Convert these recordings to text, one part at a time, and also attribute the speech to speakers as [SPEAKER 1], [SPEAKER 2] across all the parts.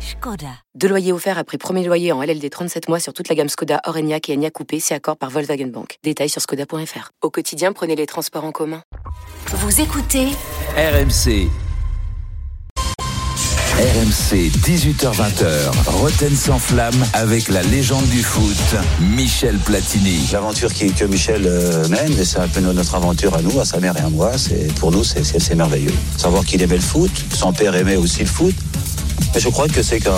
[SPEAKER 1] Skoda.
[SPEAKER 2] Deux loyers offerts après premier loyer en LLD 37 mois sur toute la gamme Skoda, Orenia et Enya Coupé, c'est accord par Volkswagen Bank. Détails sur skoda.fr. Au quotidien, prenez les transports en commun.
[SPEAKER 1] Vous écoutez
[SPEAKER 3] RMC. RMC 18h20h, Roten sans flamme avec la légende du foot, Michel Platini.
[SPEAKER 4] L'aventure qui- que Michel euh, mène, et c'est un peu no- notre aventure à nous, à sa mère et à moi, c'est, pour nous, c'est, c'est- c'est merveilleux. Savoir qu'il aimait le foot, son père aimait aussi le foot. Mais je crois que c'est qu'à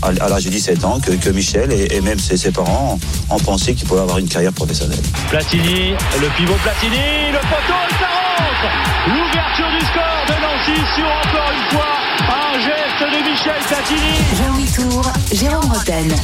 [SPEAKER 4] à, à l'âge de 17 ans que, que Michel et, et même ses, ses parents ont, ont pensé qu'il pouvait avoir une carrière professionnelle.
[SPEAKER 5] Platini, le pivot Platini, le poteau, et ça rentre L'ouverture du score de Nancy sur encore une fois un geste de Michel Platini.
[SPEAKER 1] Jean-Louis Tour, Jérôme Roten.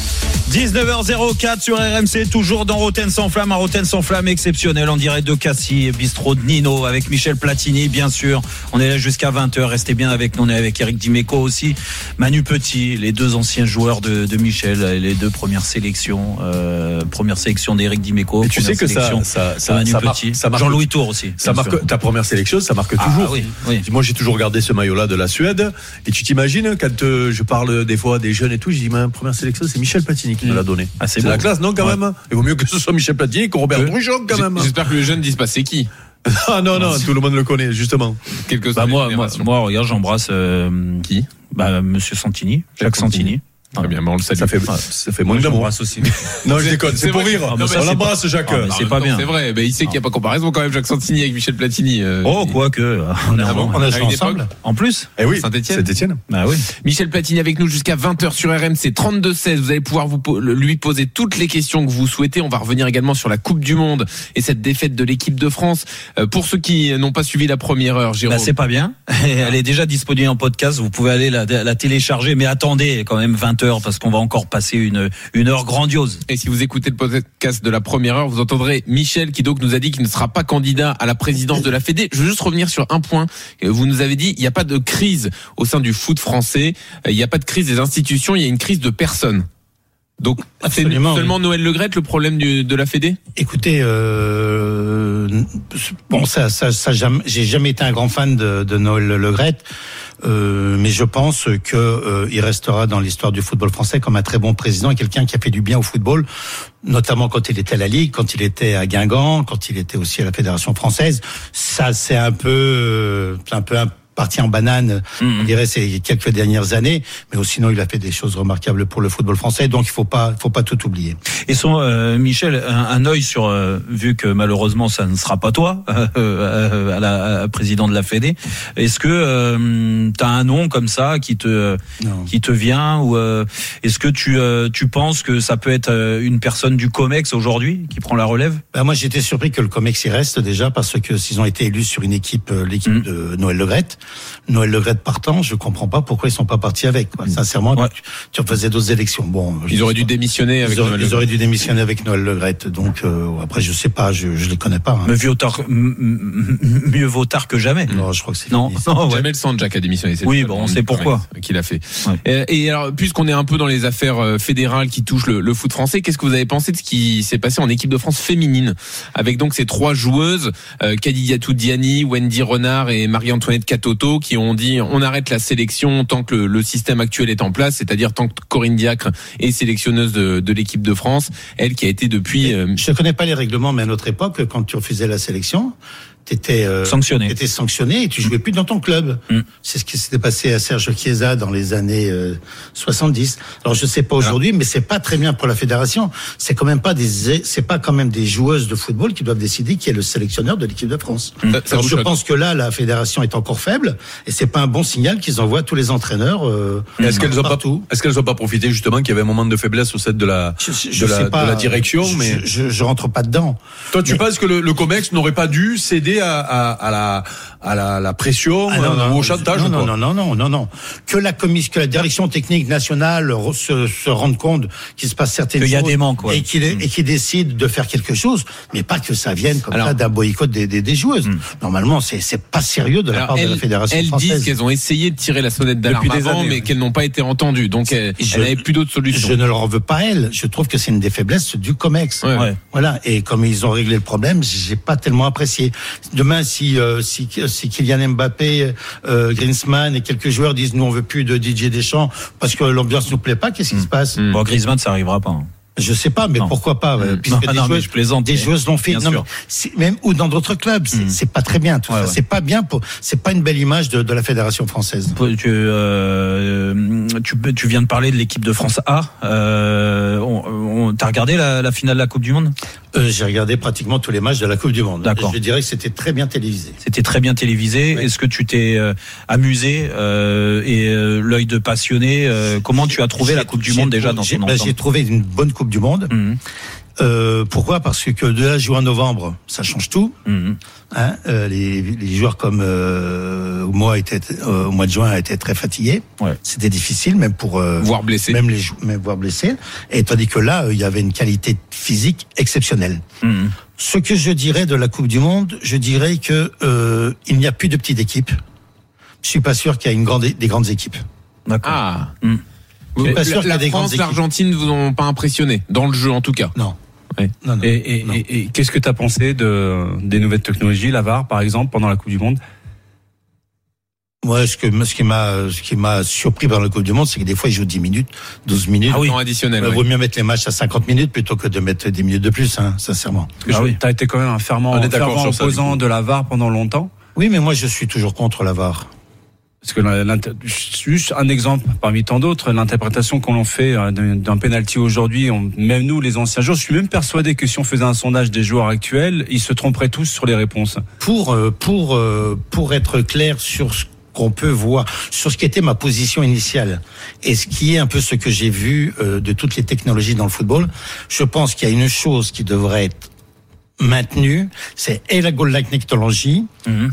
[SPEAKER 6] 19h04 sur RMC, toujours dans Roten sans flamme, un Roten sans flamme exceptionnel en direct de Cassis et Bistrot de Nino avec Michel Platini, bien sûr. On est là jusqu'à 20h, restez bien avec nous. On est avec Eric Dimeco aussi, Manu Petit, les deux anciens joueurs de, de Michel, euh, les deux premières sélections. euh, première sélection d'Eric Dimeco.
[SPEAKER 7] Et tu sais que ça, ça, ça,
[SPEAKER 6] Manu
[SPEAKER 7] ça marque-
[SPEAKER 6] Petit,
[SPEAKER 7] ça marque-
[SPEAKER 6] Jean-Louis Tour aussi.
[SPEAKER 7] ça
[SPEAKER 6] bien sûr.
[SPEAKER 7] marque ta première sélection, ça marque
[SPEAKER 6] Ah,
[SPEAKER 7] toujours.
[SPEAKER 6] oui, oui.
[SPEAKER 7] Moi, j'ai toujours regardé ce maillot-là de la Suède. Et tu t'imagines, quand euh, je parle des fois des jeunes et tout, je dis, ma première sélection, c'est Michel Platini qui me
[SPEAKER 6] Mm.
[SPEAKER 7] l'a donné.
[SPEAKER 6] Ah, c'est
[SPEAKER 7] c'est la
[SPEAKER 6] beau.
[SPEAKER 7] classe, non, quand
[SPEAKER 6] Ouais.
[SPEAKER 7] même hein. Il vaut mieux que ce soit Michel Platini que Robert
[SPEAKER 8] Euh,
[SPEAKER 7] Brujon, quand
[SPEAKER 8] J-
[SPEAKER 7] même. hein.
[SPEAKER 8] J'espère que les jeunes disent pas c'est qui.
[SPEAKER 7] Ah non, non, tout le monde le connaît, justement.
[SPEAKER 8] Quelques
[SPEAKER 6] Bah, moi, moi, moi, regarde, j'embrasse euh,
[SPEAKER 8] Qui
[SPEAKER 6] bah, Monsieur Santini, Jacques
[SPEAKER 8] Jacques Santini.
[SPEAKER 6] Santini.
[SPEAKER 8] Très bien, mais on le salue.
[SPEAKER 7] Ça fait,
[SPEAKER 6] Ah,
[SPEAKER 7] ça fait moins d'amour.
[SPEAKER 6] J'embrasse aussi.
[SPEAKER 7] Non, je
[SPEAKER 8] C'est-
[SPEAKER 7] déconne, c'est
[SPEAKER 8] c'est
[SPEAKER 7] pour
[SPEAKER 8] vrai.
[SPEAKER 7] rire.
[SPEAKER 8] Non, mais
[SPEAKER 7] on
[SPEAKER 8] c'est
[SPEAKER 7] l'embrasse, Jacques.
[SPEAKER 6] Ah, mais
[SPEAKER 8] En
[SPEAKER 6] c'est
[SPEAKER 8] même
[SPEAKER 6] pas
[SPEAKER 8] temps,
[SPEAKER 6] bien.
[SPEAKER 8] C'est vrai, mais il sait qu'il n'y a pas comparaison quand même, Jacques Santini avec Michel Platini. euh,
[SPEAKER 6] Oh,
[SPEAKER 8] et-
[SPEAKER 6] quoique. On est
[SPEAKER 8] Ah bon,
[SPEAKER 6] en-
[SPEAKER 8] on a joué
[SPEAKER 6] à une
[SPEAKER 8] ensemble
[SPEAKER 6] époque. En plus
[SPEAKER 7] Eh oui,
[SPEAKER 8] Saint-Étienne.
[SPEAKER 7] Saint-Étienne.
[SPEAKER 6] Bah oui.
[SPEAKER 8] Michel Platini avec nous jusqu'à 20h sur RMC 32-16. Vous allez pouvoir vous, po- lui poser toutes les questions que vous souhaitez. On va revenir également sur la Coupe du Monde
[SPEAKER 6] Bah,
[SPEAKER 8] et cette défaite de l'équipe de France. Euh, Pour ceux qui n'ont pas suivi la première heure, Jérôme.
[SPEAKER 6] Bah, c'est pas bien. Elle est déjà disponible en podcast. Vous pouvez aller la, la télécharger. Mais attendez quand même 20 heures parce qu'on va encore passer une, une heure grandiose.
[SPEAKER 8] Et si vous écoutez le podcast de la première heure, vous entendrez Michel qui donc nous a dit qu'il ne sera pas candidat à la présidence de la Fédé. Je veux juste revenir sur un point. Euh, Vous nous avez dit il n'y a pas de crise au sein du foot français, Euh, il n'y a pas de crise des institutions, il y a une crise de personnes. Donc c'est
[SPEAKER 9] Absolument, oui.
[SPEAKER 8] seulement Noël Legrette le problème du- de la Fédé
[SPEAKER 9] Écoutez, euh, bon, ça, ça, ça, jamais- j'ai jamais été un grand fan de, de Noël Le Graët, euh, mais je pense que euh, il restera dans l'histoire du football français comme un très bon président et quelqu'un qui a fait du bien au football, notamment quand il était à la Ligue, quand il était à Guingamp, quand il était aussi à la Fédération française. Ça, c'est un peu, euh, c'est un peu un parti en banane, on dirait ces quelques dernières années, mais sinon il a fait des choses remarquables pour le football français, donc il faut pas, faut pas tout oublier.
[SPEAKER 6] Et son euh, Michel, un, un œil sur euh, vu que malheureusement ça ne sera pas toi euh, euh, à la à président de la Fédé. Est-ce que euh, t'as un nom comme ça qui te euh,
[SPEAKER 9] Non.
[SPEAKER 6] qui te vient ou euh, est-ce que tu euh, tu penses que ça peut être euh, une personne du Comex aujourd'hui qui prend la relève
[SPEAKER 9] Ben, moi, j'étais surpris que le Comex y reste déjà parce que s'ils ont été élus sur une équipe, euh, l'équipe
[SPEAKER 6] Mm.
[SPEAKER 9] de Noël Legrette, Noël Legrette partant, je comprends pas pourquoi ils sont pas partis avec. quoi. Sincèrement,
[SPEAKER 6] Mm. Ouais.
[SPEAKER 9] tu, tu faisais d'autres élections. Bon, je
[SPEAKER 8] Ils auraient
[SPEAKER 9] sais
[SPEAKER 8] dû
[SPEAKER 9] pas.
[SPEAKER 8] démissionner avec
[SPEAKER 9] Ils auraient,
[SPEAKER 8] Noël
[SPEAKER 9] ils
[SPEAKER 8] Legrette.
[SPEAKER 9] auraient dû démissionner avec Noël Legrette. Donc euh, après, je sais pas, je, je les connais pas. hein.
[SPEAKER 6] Mais vieux tard- m- m- m- mieux vaut tard que jamais.
[SPEAKER 9] Non, je crois que c'est
[SPEAKER 6] Non,
[SPEAKER 9] fini, ça.
[SPEAKER 6] non, ouais.
[SPEAKER 8] Jamel Sanjak a démissionné. c'est
[SPEAKER 6] Oui,
[SPEAKER 8] le
[SPEAKER 6] bon,
[SPEAKER 8] seul
[SPEAKER 6] on
[SPEAKER 8] membre
[SPEAKER 6] sait
[SPEAKER 8] du
[SPEAKER 6] pourquoi.
[SPEAKER 8] Congrès Qu'il a fait.
[SPEAKER 6] Ouais.
[SPEAKER 8] Euh, Et alors, puisqu'on est un peu dans les affaires euh, fédérales qui touchent le, le foot français, qu'est-ce que vous avez pensé de ce qui s'est passé en équipe de France féminine avec donc ces trois joueuses, euh, Kadidiatou Diani, Wendy Renard et Marie-Antoinette Catoto, qui ont dit on arrête la sélection tant que le, le système actuel est en place, c'est-à-dire tant que Corinne Diacre est sélectionneuse de, de l'équipe de France, elle qui a été depuis euh,
[SPEAKER 9] Je connais pas les règlements, mais à notre époque, quand tu refusais la sélection, t'étais euh,
[SPEAKER 6] Sanctionné.
[SPEAKER 9] t'étais sanctionné et tu jouais plus dans ton club.
[SPEAKER 6] Mm.
[SPEAKER 9] C'est ce qui s'était passé à Serge Chiesa dans les années euh, 70. Alors je sais
[SPEAKER 7] Ah.
[SPEAKER 9] pas aujourd'hui, mais c'est pas très bien pour la fédération. C'est quand même pas des c'est pas quand même des joueuses de football qui doivent décider qui est le sélectionneur de l'équipe de France.
[SPEAKER 7] Mm.
[SPEAKER 8] Ça- ça
[SPEAKER 9] Alors,
[SPEAKER 8] vous
[SPEAKER 9] je
[SPEAKER 8] choque
[SPEAKER 9] pense que là, la fédération est encore faible et c'est pas un bon signal qu'ils envoient tous les entraîneurs. euh,
[SPEAKER 7] Est-ce qu'elles ont pas,
[SPEAKER 9] partout.
[SPEAKER 7] est-ce qu'elles ont pas profité, justement, qu'il y avait un moment de faiblesse au sein de la,
[SPEAKER 9] Je, je-
[SPEAKER 7] de
[SPEAKER 9] je
[SPEAKER 7] la-
[SPEAKER 9] sais pas,
[SPEAKER 7] de la direction,
[SPEAKER 9] je-
[SPEAKER 7] mais-
[SPEAKER 9] je, je, je rentre pas dedans.
[SPEAKER 7] Toi, tu
[SPEAKER 9] Mais-
[SPEAKER 7] penses que le, le Comex n'aurait pas dû céder à, à, à la, à la, la pression
[SPEAKER 9] Ah,
[SPEAKER 7] euh, ou au chantage
[SPEAKER 9] non,
[SPEAKER 7] ou
[SPEAKER 9] non,
[SPEAKER 7] quoi
[SPEAKER 9] non, non, non, non, non. Que la commission, que la direction technique nationale re- se, se rende compte qu'il se passe certaines
[SPEAKER 6] Qu'il
[SPEAKER 9] choses
[SPEAKER 6] y a des manques, ouais.
[SPEAKER 9] et qu'il est- et qu'il décide de faire quelque chose, mais pas que ça vienne comme
[SPEAKER 8] Alors-
[SPEAKER 9] ça d'un boycott des, des, des joueuses. Normalement, c'est c'est pas sérieux de la
[SPEAKER 8] Alors,
[SPEAKER 9] part de la
[SPEAKER 8] elles,
[SPEAKER 9] fédération
[SPEAKER 8] elles
[SPEAKER 9] française.
[SPEAKER 8] disent qu'elles ont essayé de tirer la sonnette d'alarme
[SPEAKER 6] Depuis des
[SPEAKER 8] avant,
[SPEAKER 6] années,
[SPEAKER 8] mais
[SPEAKER 6] oui.
[SPEAKER 8] qu'elles n'ont pas été entendues. Donc, elles
[SPEAKER 9] Je-
[SPEAKER 8] elles n'avaient plus d'autre solution.
[SPEAKER 9] Je ne leur veux pas elle. Je trouve que c'est une des faiblesses du Comex.
[SPEAKER 8] Ouais.
[SPEAKER 6] Ouais.
[SPEAKER 9] Voilà. Et comme ils ont réglé le problème, j'ai pas tellement apprécié. Demain, si euh, si, si Kylian Mbappé, euh, Griezmann et quelques joueurs disent nous on veut plus de DJ Deschamps parce que l'ambiance nous plaît pas, qu'est-ce qui se passe
[SPEAKER 8] Hmm.
[SPEAKER 6] Bon, Griezmann, ça arrivera pas. hein.
[SPEAKER 9] Je sais pas, mais
[SPEAKER 6] Mm. Non.
[SPEAKER 9] pourquoi pas ouais,
[SPEAKER 6] Mm.
[SPEAKER 9] puisque
[SPEAKER 6] Non,
[SPEAKER 9] des
[SPEAKER 6] non, mais
[SPEAKER 9] joueuses-
[SPEAKER 6] je plaisante,
[SPEAKER 9] Des
[SPEAKER 6] mais-
[SPEAKER 9] joueuses l'ont fait.
[SPEAKER 6] bien
[SPEAKER 9] Non,
[SPEAKER 6] sûr.
[SPEAKER 9] mais c'est- même ou dans d'autres clubs, c'est
[SPEAKER 6] Mm.
[SPEAKER 9] c'est pas très bien. Tout
[SPEAKER 6] Ouais,
[SPEAKER 9] ça,
[SPEAKER 6] ouais.
[SPEAKER 9] c'est pas bien pour. C'est pas une belle image de, de la fédération française.
[SPEAKER 6] Tu, euh, tu, tu viens de parler de l'équipe de France A. Euh, on- on- T'as regardé la, la finale de la Coupe du Monde
[SPEAKER 9] Euh, j'ai regardé pratiquement tous les matchs de la Coupe du Monde.
[SPEAKER 6] D'accord.
[SPEAKER 9] Je dirais que c'était très bien télévisé.
[SPEAKER 6] C'était très bien télévisé.
[SPEAKER 9] Oui.
[SPEAKER 6] Est-ce que tu t'es euh, amusé euh, et euh, l'œil de passionné euh, Comment tu as trouvé
[SPEAKER 9] J'ai-
[SPEAKER 6] la Coupe du
[SPEAKER 9] j'ai
[SPEAKER 6] Monde déjà
[SPEAKER 9] trouvé-
[SPEAKER 6] dans
[SPEAKER 9] j'ai-
[SPEAKER 6] son
[SPEAKER 9] bah, J'ai
[SPEAKER 6] ensemble
[SPEAKER 9] trouvé une bonne Coupe du Monde.
[SPEAKER 6] Mhm,
[SPEAKER 9] Euh, pourquoi Parce que de là juin novembre, ça change tout.
[SPEAKER 6] mhm.
[SPEAKER 9] hein. Euh, les, les joueurs comme euh, moi étaient euh, au mois de juin étaient très fatigués.
[SPEAKER 6] Ouais.
[SPEAKER 9] C'était difficile, même pour euh,
[SPEAKER 8] Voire blessé.
[SPEAKER 9] même les jou- même voire blessés. Et tandis que là, euh, il y avait une qualité physique exceptionnelle.
[SPEAKER 6] Mhm.
[SPEAKER 9] Ce que je dirais de la Coupe du Monde, je dirais que euh, il n'y a plus de petites équipes. Je suis pas sûr qu'il y ait une grande des grandes équipes.
[SPEAKER 6] D'accord.
[SPEAKER 8] Ah.
[SPEAKER 7] Hmm.
[SPEAKER 6] Mm.
[SPEAKER 8] Vous-
[SPEAKER 9] suis pas
[SPEAKER 8] la-
[SPEAKER 9] sûr qu'il y a
[SPEAKER 8] la
[SPEAKER 9] des grandes
[SPEAKER 8] France,
[SPEAKER 9] équipes.
[SPEAKER 8] l'Argentine vous ont pas impressionné dans le jeu en tout cas.
[SPEAKER 9] Non.
[SPEAKER 8] Ouais.
[SPEAKER 9] Non, non.
[SPEAKER 10] Et, et-
[SPEAKER 9] Non.
[SPEAKER 10] et- et qu'est-ce que tu as pensé de, des nouvelles technologies, la VAR par exemple, pendant la Coupe du Monde
[SPEAKER 9] Moi, ce, que, ce qui m'a ce qui m'a surpris pendant la Coupe du Monde, c'est que des fois, ils jouent 10 minutes, 12 minutes.
[SPEAKER 7] Ah
[SPEAKER 8] Le temps additionnel.
[SPEAKER 9] Il
[SPEAKER 8] ouais.
[SPEAKER 9] vaut mieux mettre les matchs à 50 minutes plutôt que de mettre 10 minutes de plus, hein, sincèrement.
[SPEAKER 10] Parce que tu as été quand même un fervent,
[SPEAKER 8] Ah On est d'accord
[SPEAKER 10] fervent
[SPEAKER 8] sur ça, du
[SPEAKER 10] opposant de la VAR pendant longtemps.
[SPEAKER 9] Oui, mais moi, je suis toujours contre la VAR.
[SPEAKER 10] Parce que la- l'inter- juste un exemple parmi tant d'autres, l'interprétation qu'on en fait euh, d'un d'un penalty aujourd'hui, on- même nous les anciens joueurs, je suis même persuadé que si on faisait un sondage des joueurs actuels, ils se tromperaient tous sur les réponses.
[SPEAKER 9] Pour, euh, pour, euh, pour être clair sur ce qu'on peut voir, sur ce qui était ma position initiale et ce qui est un peu ce que j'ai vu euh, de toutes les technologies dans le football, je pense qu'il y a une chose qui devrait être maintenue, c'est et la goal line technologie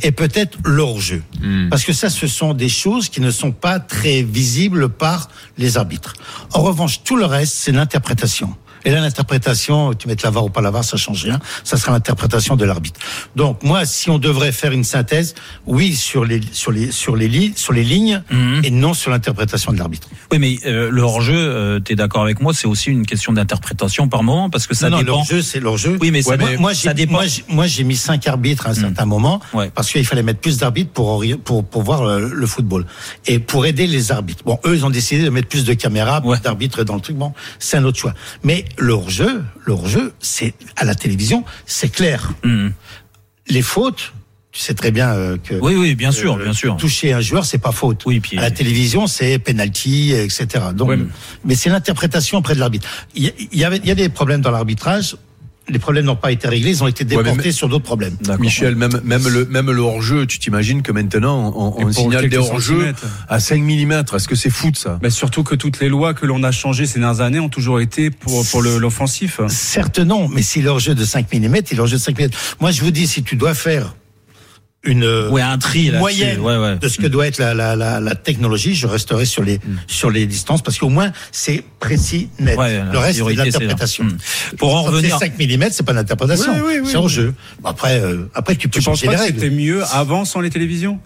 [SPEAKER 9] et peut-être leur jeu.
[SPEAKER 8] Mm.
[SPEAKER 9] Parce que ça, ce sont des choses qui ne sont pas très visibles par les arbitres. En revanche, tout le reste, c'est l'interprétation. Et là, l'interprétation, tu mets la VAR ou pas la VAR, ça change rien. Ça sera l'interprétation de l'arbitre. Donc, moi, si on devrait faire une synthèse, oui, sur les, sur les, sur les, li- sur les lignes, et non sur l'interprétation de l'arbitre.
[SPEAKER 6] Oui, mais euh, le hors-jeu, euh, t'es d'accord avec moi, c'est aussi une question d'interprétation par moment parce que ça
[SPEAKER 9] non, non,
[SPEAKER 6] dépend.
[SPEAKER 9] leur jeu, c'est leur jeu.
[SPEAKER 6] Oui, mais ça
[SPEAKER 9] moi,
[SPEAKER 6] dé-
[SPEAKER 9] moi,
[SPEAKER 6] ça
[SPEAKER 9] j'ai-
[SPEAKER 6] dépend. Hmm.
[SPEAKER 9] moi, j'ai- moi, j'ai mis cinq arbitres à un certain moment
[SPEAKER 6] Ouais.
[SPEAKER 9] parce qu'il fallait mettre plus d'arbitres pour, ori- pour pour voir euh, le football et pour aider les arbitres. Bon, eux, ils ont décidé de mettre plus de caméras, plus
[SPEAKER 6] Ouais.
[SPEAKER 9] d'arbitres dans le truc. Bon, c'est un autre choix. Mais leur jeu, leur jeu, c'est à la télévision, c'est clair.
[SPEAKER 6] Mhm.
[SPEAKER 9] Les fautes, tu sais très bien euh, que
[SPEAKER 6] Oui, oui, bien sûr,
[SPEAKER 9] euh,
[SPEAKER 6] bien sûr.
[SPEAKER 9] Toucher un joueur, c'est pas faute.
[SPEAKER 6] Oui, puis-
[SPEAKER 9] à la télévision, c'est penalty, etc. Donc,
[SPEAKER 10] Ouais, mais-
[SPEAKER 9] mais, c'est l'interprétation auprès de l'arbitre. Il y, a- il y avait- il y a des problèmes dans l'arbitrage. Les problèmes n'ont pas été réglés, ils ont été
[SPEAKER 7] mais-
[SPEAKER 9] déportés sur d'autres problèmes.
[SPEAKER 6] D'accord.
[SPEAKER 7] Michel, même, même le, même le hors-jeu, tu t'imagines que maintenant, on,
[SPEAKER 10] Et
[SPEAKER 7] on
[SPEAKER 10] pour
[SPEAKER 7] signale
[SPEAKER 10] quelques
[SPEAKER 7] des hors-jeux
[SPEAKER 10] centimètres.
[SPEAKER 7] à 5 mm. Est-ce que c'est foot, ça
[SPEAKER 10] Mais surtout que toutes les lois que l'on a changées ces dernières années ont toujours été pour, pour le- l'offensif.
[SPEAKER 9] Certes, non, mais si leur jeu de 5 mm, il est leur jeu de 5 mm. Moi, je vous dis, si tu dois faire une euh,
[SPEAKER 6] Ouais, un tri là.
[SPEAKER 9] moyenne
[SPEAKER 6] Ouais, ouais. Mm.
[SPEAKER 9] de ce que doit être la, la, la, la technologie, je resterai sur les, sur les distances, parce qu'au moins, c'est précis, net.
[SPEAKER 6] Ouais, la
[SPEAKER 9] le reste, c'est de
[SPEAKER 6] priorité, c'est là.
[SPEAKER 9] l'interprétation.
[SPEAKER 6] Mm. Pour en
[SPEAKER 9] Quand
[SPEAKER 6] revenir-
[SPEAKER 9] C'est 5 mm, c'est pas l'interprétation.
[SPEAKER 7] Oui, oui, oui,
[SPEAKER 9] c'est en
[SPEAKER 7] oui.
[SPEAKER 9] jeu. Bon, Après, euh, après, tu peux
[SPEAKER 10] Tu penses
[SPEAKER 9] changer
[SPEAKER 10] pas
[SPEAKER 9] les
[SPEAKER 10] que
[SPEAKER 9] règles.
[SPEAKER 10] c'était mieux avant sans les télévisions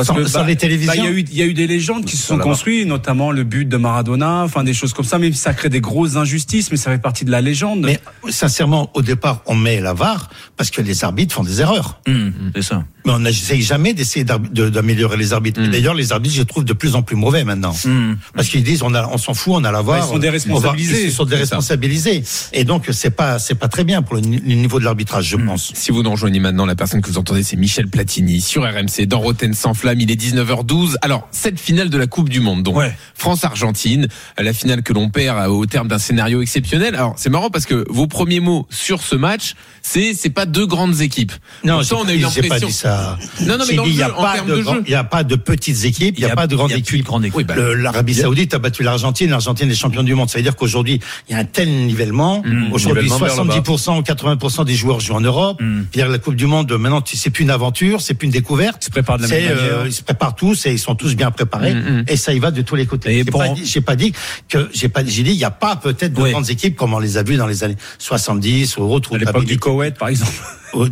[SPEAKER 9] Sans- sans les télévisions
[SPEAKER 10] bah, Il y, a eu- il y a eu des légendes qui se sont
[SPEAKER 7] la
[SPEAKER 10] construites, notamment le but de Maradona, enfin des choses comme ça, mais ça crée des grosses injustices, mais ça fait partie de la légende.
[SPEAKER 9] Mais sincèrement, au départ, on met la VAR parce que les arbitres font des erreurs.
[SPEAKER 6] Mm, C'est ça. Mmh.
[SPEAKER 9] Mais on n'essaye jamais d'essayer d'arbi- de- d'améliorer les arbitres. Et D'ailleurs, les arbitres, je les trouve de plus en plus mauvais maintenant.
[SPEAKER 6] Mm.
[SPEAKER 9] Parce qu'ils disent, on, a, on s'en fout, on a la VAR.
[SPEAKER 10] Bah, ils sont déresponsabilisés.
[SPEAKER 9] on va- Ils sont déresponsabilisés. Et donc, c'est pas, c'est pas très bien pour le, ni- le
[SPEAKER 6] Mmh.
[SPEAKER 9] niveau de l'arbitrage, je pense.
[SPEAKER 8] Si vous nous rejoignez maintenant, la personne que vous entendez, c'est Michel Platini sur RMC, dans Roten sans flamme. Flamme. Il est 19h12. Alors, cette finale de la Coupe du Monde, donc France-Argentine, euh, la finale que l'on perd euh, au terme d'un scénario exceptionnel. Alors, c'est marrant parce que vos premiers mots sur ce match, c'est c'est pas deux grandes équipes.
[SPEAKER 9] Non,
[SPEAKER 8] Donc
[SPEAKER 9] j'ai
[SPEAKER 8] ça, on a eu
[SPEAKER 9] pas- j'ai pas
[SPEAKER 8] l'impression.
[SPEAKER 9] dit ça.
[SPEAKER 8] Non, non, mais
[SPEAKER 9] J'ai
[SPEAKER 8] dans
[SPEAKER 9] dit,
[SPEAKER 8] le
[SPEAKER 9] il n'y a
[SPEAKER 8] jeu, en
[SPEAKER 9] pas
[SPEAKER 8] termes
[SPEAKER 9] de
[SPEAKER 8] de
[SPEAKER 9] grand-
[SPEAKER 8] jeu.
[SPEAKER 9] Il n'y a pas de petites équipes, il n'y a, pas de grandes équipes.
[SPEAKER 8] Oui, bah,
[SPEAKER 9] Le- L'Arabie Saoudite a battu l'Argentine, l'Argentine est championne du monde. Ça veut dire qu'aujourd'hui, il y a un tel nivellement. Aujourd'hui,
[SPEAKER 7] nivellement vers le bas.
[SPEAKER 9] 70% ou 80% des joueurs jouent en Europe. C'est-à-dire que la Coupe du Monde, maintenant, tu- c'est plus une aventure, c'est plus une découverte. Ils se
[SPEAKER 10] préparent
[SPEAKER 7] de la même manière.
[SPEAKER 9] Ils se préparent tous et ils sont tous bien préparés.
[SPEAKER 7] Mm, mm.
[SPEAKER 9] Et ça y va de tous les côtés. J'ai
[SPEAKER 7] pour-
[SPEAKER 9] pas dit- j'ai pas, dit que, j'ai pas, j'ai dit, il n'y a pas peut-être de grandes équipes comme on les a vues dans les années 70 ou autres. À l'époque du
[SPEAKER 10] Koweït, par exemple.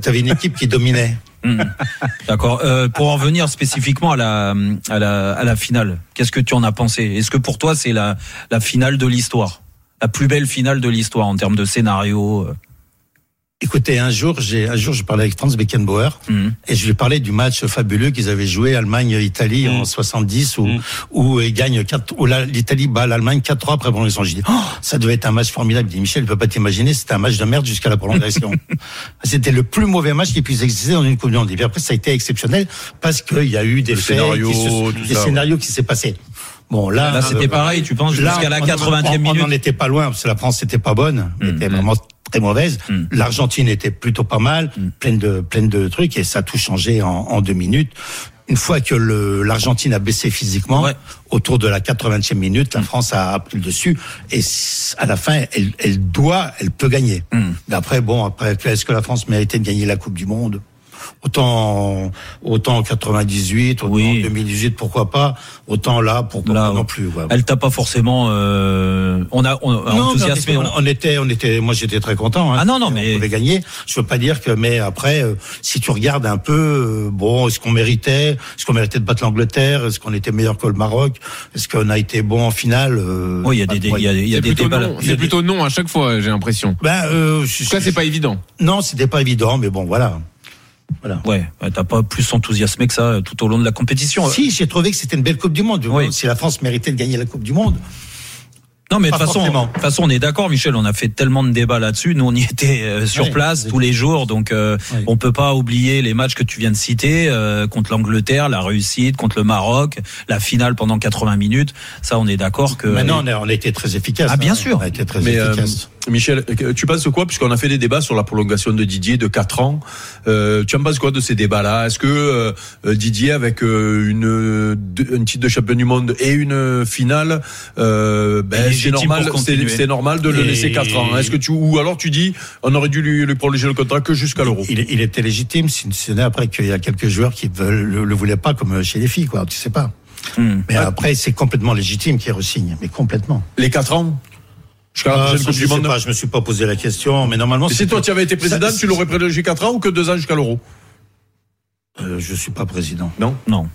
[SPEAKER 9] Tu avais une équipe qui dominait.
[SPEAKER 6] D'accord. Euh, pour en venir spécifiquement à la, à la, à la finale, qu'est-ce que tu en as pensé Est-ce que pour toi, c'est la, la finale de l'histoire La plus belle finale de l'histoire en termes de scénario euh,
[SPEAKER 9] Écoutez, un jour, j'ai un jour, je parlais avec Franz Beckenbauer
[SPEAKER 6] Mhm.
[SPEAKER 9] et je lui parlais du match fabuleux qu'ils avaient joué Allemagne-Italie
[SPEAKER 6] Mhm.
[SPEAKER 9] en 70 où où euh, ils gagnent quatre, où la- l'Italie bat l'Allemagne 4-3 après prolongation. J'ai dit, oh, ça devait être un match formidable. Il dit Michel, tu peux pas t'imaginer, c'était un match de merde jusqu'à la prolongation. Ah, c'était le plus mauvais match qui puisse exister dans une Coupe du Monde. Et puis après, ça a été exceptionnel parce qu'il y a eu des
[SPEAKER 7] Le
[SPEAKER 9] faits,
[SPEAKER 7] scénario,
[SPEAKER 9] qui se-
[SPEAKER 7] tout
[SPEAKER 9] des
[SPEAKER 7] ça, ouais.
[SPEAKER 9] scénarios qui s'est passé. Bon, là,
[SPEAKER 6] Là, c'était
[SPEAKER 9] euh,
[SPEAKER 6] pareil, tu penses,
[SPEAKER 9] là,
[SPEAKER 6] jusqu'à la
[SPEAKER 9] on- on-
[SPEAKER 6] 80e
[SPEAKER 9] on-
[SPEAKER 6] minute.
[SPEAKER 9] On n'en était pas loin, parce que la France n'était pas bonne, elle était vraiment très mauvaise. L'Argentine était plutôt pas mal, pleine de pleine de trucs, et ça a tout changé en, en deux minutes. Une fois que le- l'Argentine a baissé physiquement, autour de la 80e minute, la France a, a pris le dessus, et s- à la fin, elle, elle doit, elle peut gagner. D'après, bon, après, est-ce que la France méritait de gagner la Coupe du Monde Autant, autant en 98, autant en 2018, pourquoi pas Autant là, pourquoi pas non plus ouais. Eh,
[SPEAKER 6] Elle t'a pas forcément. euh, on a on, a
[SPEAKER 9] Non, mais on
[SPEAKER 6] enthousiasmé.
[SPEAKER 9] était- on, on était, on était, moi j'étais très content. ah non, non, mais on avait gagné. Je veux pas dire que, mais après, euh, si tu regardes un peu, euh, bon, est-ce qu'on méritait, est-ce qu'on méritait de battre l'Angleterre, est-ce qu'on était meilleur que le Maroc, est-ce qu'on a été bon en finale euh,
[SPEAKER 6] Oui, il y a
[SPEAKER 9] pas
[SPEAKER 6] des-
[SPEAKER 9] de-
[SPEAKER 6] il y a- il y a
[SPEAKER 8] C'est
[SPEAKER 6] des
[SPEAKER 8] plutôt
[SPEAKER 6] débats
[SPEAKER 8] non.
[SPEAKER 6] là.
[SPEAKER 8] C'est plutôt non à chaque fois, j'ai l'impression.
[SPEAKER 9] Ben, ça
[SPEAKER 8] c'est pas évident.
[SPEAKER 9] Non, c'était pas évident, mais bon, voilà. Voilà.
[SPEAKER 6] Ouais, ouais, t'as pas plus enthousiasmé que ça euh, tout au long de la compétition.
[SPEAKER 9] Si, j'ai trouvé que c'était une belle Coupe du Monde. Si la France méritait de gagner la Coupe du Monde.
[SPEAKER 6] Non, mais de
[SPEAKER 9] Pas
[SPEAKER 6] toute façon,
[SPEAKER 9] forcément.
[SPEAKER 6] de toute façon, on est d'accord, Michel. On a fait tellement de débats là-dessus. Nous, on y était euh, sur
[SPEAKER 9] Ouais.
[SPEAKER 6] place tous les jours, donc euh, on peut pas oublier les matchs que tu viens de citer euh, contre l'Angleterre, la réussite, contre le Maroc, la finale pendant 80 minutes. Ça, on est d'accord que.
[SPEAKER 9] Maintenant, on a, on a été très efficace.
[SPEAKER 6] Euh,
[SPEAKER 9] hein.
[SPEAKER 6] Ah, bien sûr.
[SPEAKER 9] On a été très
[SPEAKER 7] Mais euh,
[SPEAKER 9] efficace.
[SPEAKER 7] Michel, euh, tu penses quoi Puisqu'on a fait des débats sur la prolongation de Didier de 4 ans, euh, tu en penses quoi de ces débats-là Est-ce que euh, euh, Didier, avec euh, une, euh, deux- un titre de champion du monde et une euh, finale, euh,
[SPEAKER 6] Il est
[SPEAKER 7] ben, c'est
[SPEAKER 6] légitime
[SPEAKER 7] normal,
[SPEAKER 6] pour
[SPEAKER 7] c'est
[SPEAKER 6] continuer.
[SPEAKER 7] c'est normal de le
[SPEAKER 9] Et-
[SPEAKER 7] laisser 4 ans hein? Est-ce que tu ou alors tu dis on aurait dû lui, lui prolonger le contrat que jusqu'à l'Euro
[SPEAKER 9] il, il était légitime, si ce n'est après qu'il y a quelques joueurs qui ne le, le voulaient pas, comme chez les filles, quoi. Tu sais pas. Mais après, c'est complètement légitime qu'il re-signe, mais complètement.
[SPEAKER 7] Les 4 ans Jusqu'à la
[SPEAKER 9] Ah,
[SPEAKER 7] prochaine
[SPEAKER 9] ça,
[SPEAKER 7] Coupe
[SPEAKER 9] je
[SPEAKER 7] du
[SPEAKER 9] sais
[SPEAKER 7] Monde
[SPEAKER 9] pas, je me suis pas posé la question, mais normalement.
[SPEAKER 7] Et
[SPEAKER 9] c'est-
[SPEAKER 7] Si toi tu avais été président,
[SPEAKER 9] Ça,
[SPEAKER 7] tu l'aurais prolongé 4 ans ou que 2 ans jusqu'à l'Euro
[SPEAKER 9] euh, je suis pas président.
[SPEAKER 7] Non.
[SPEAKER 6] Non.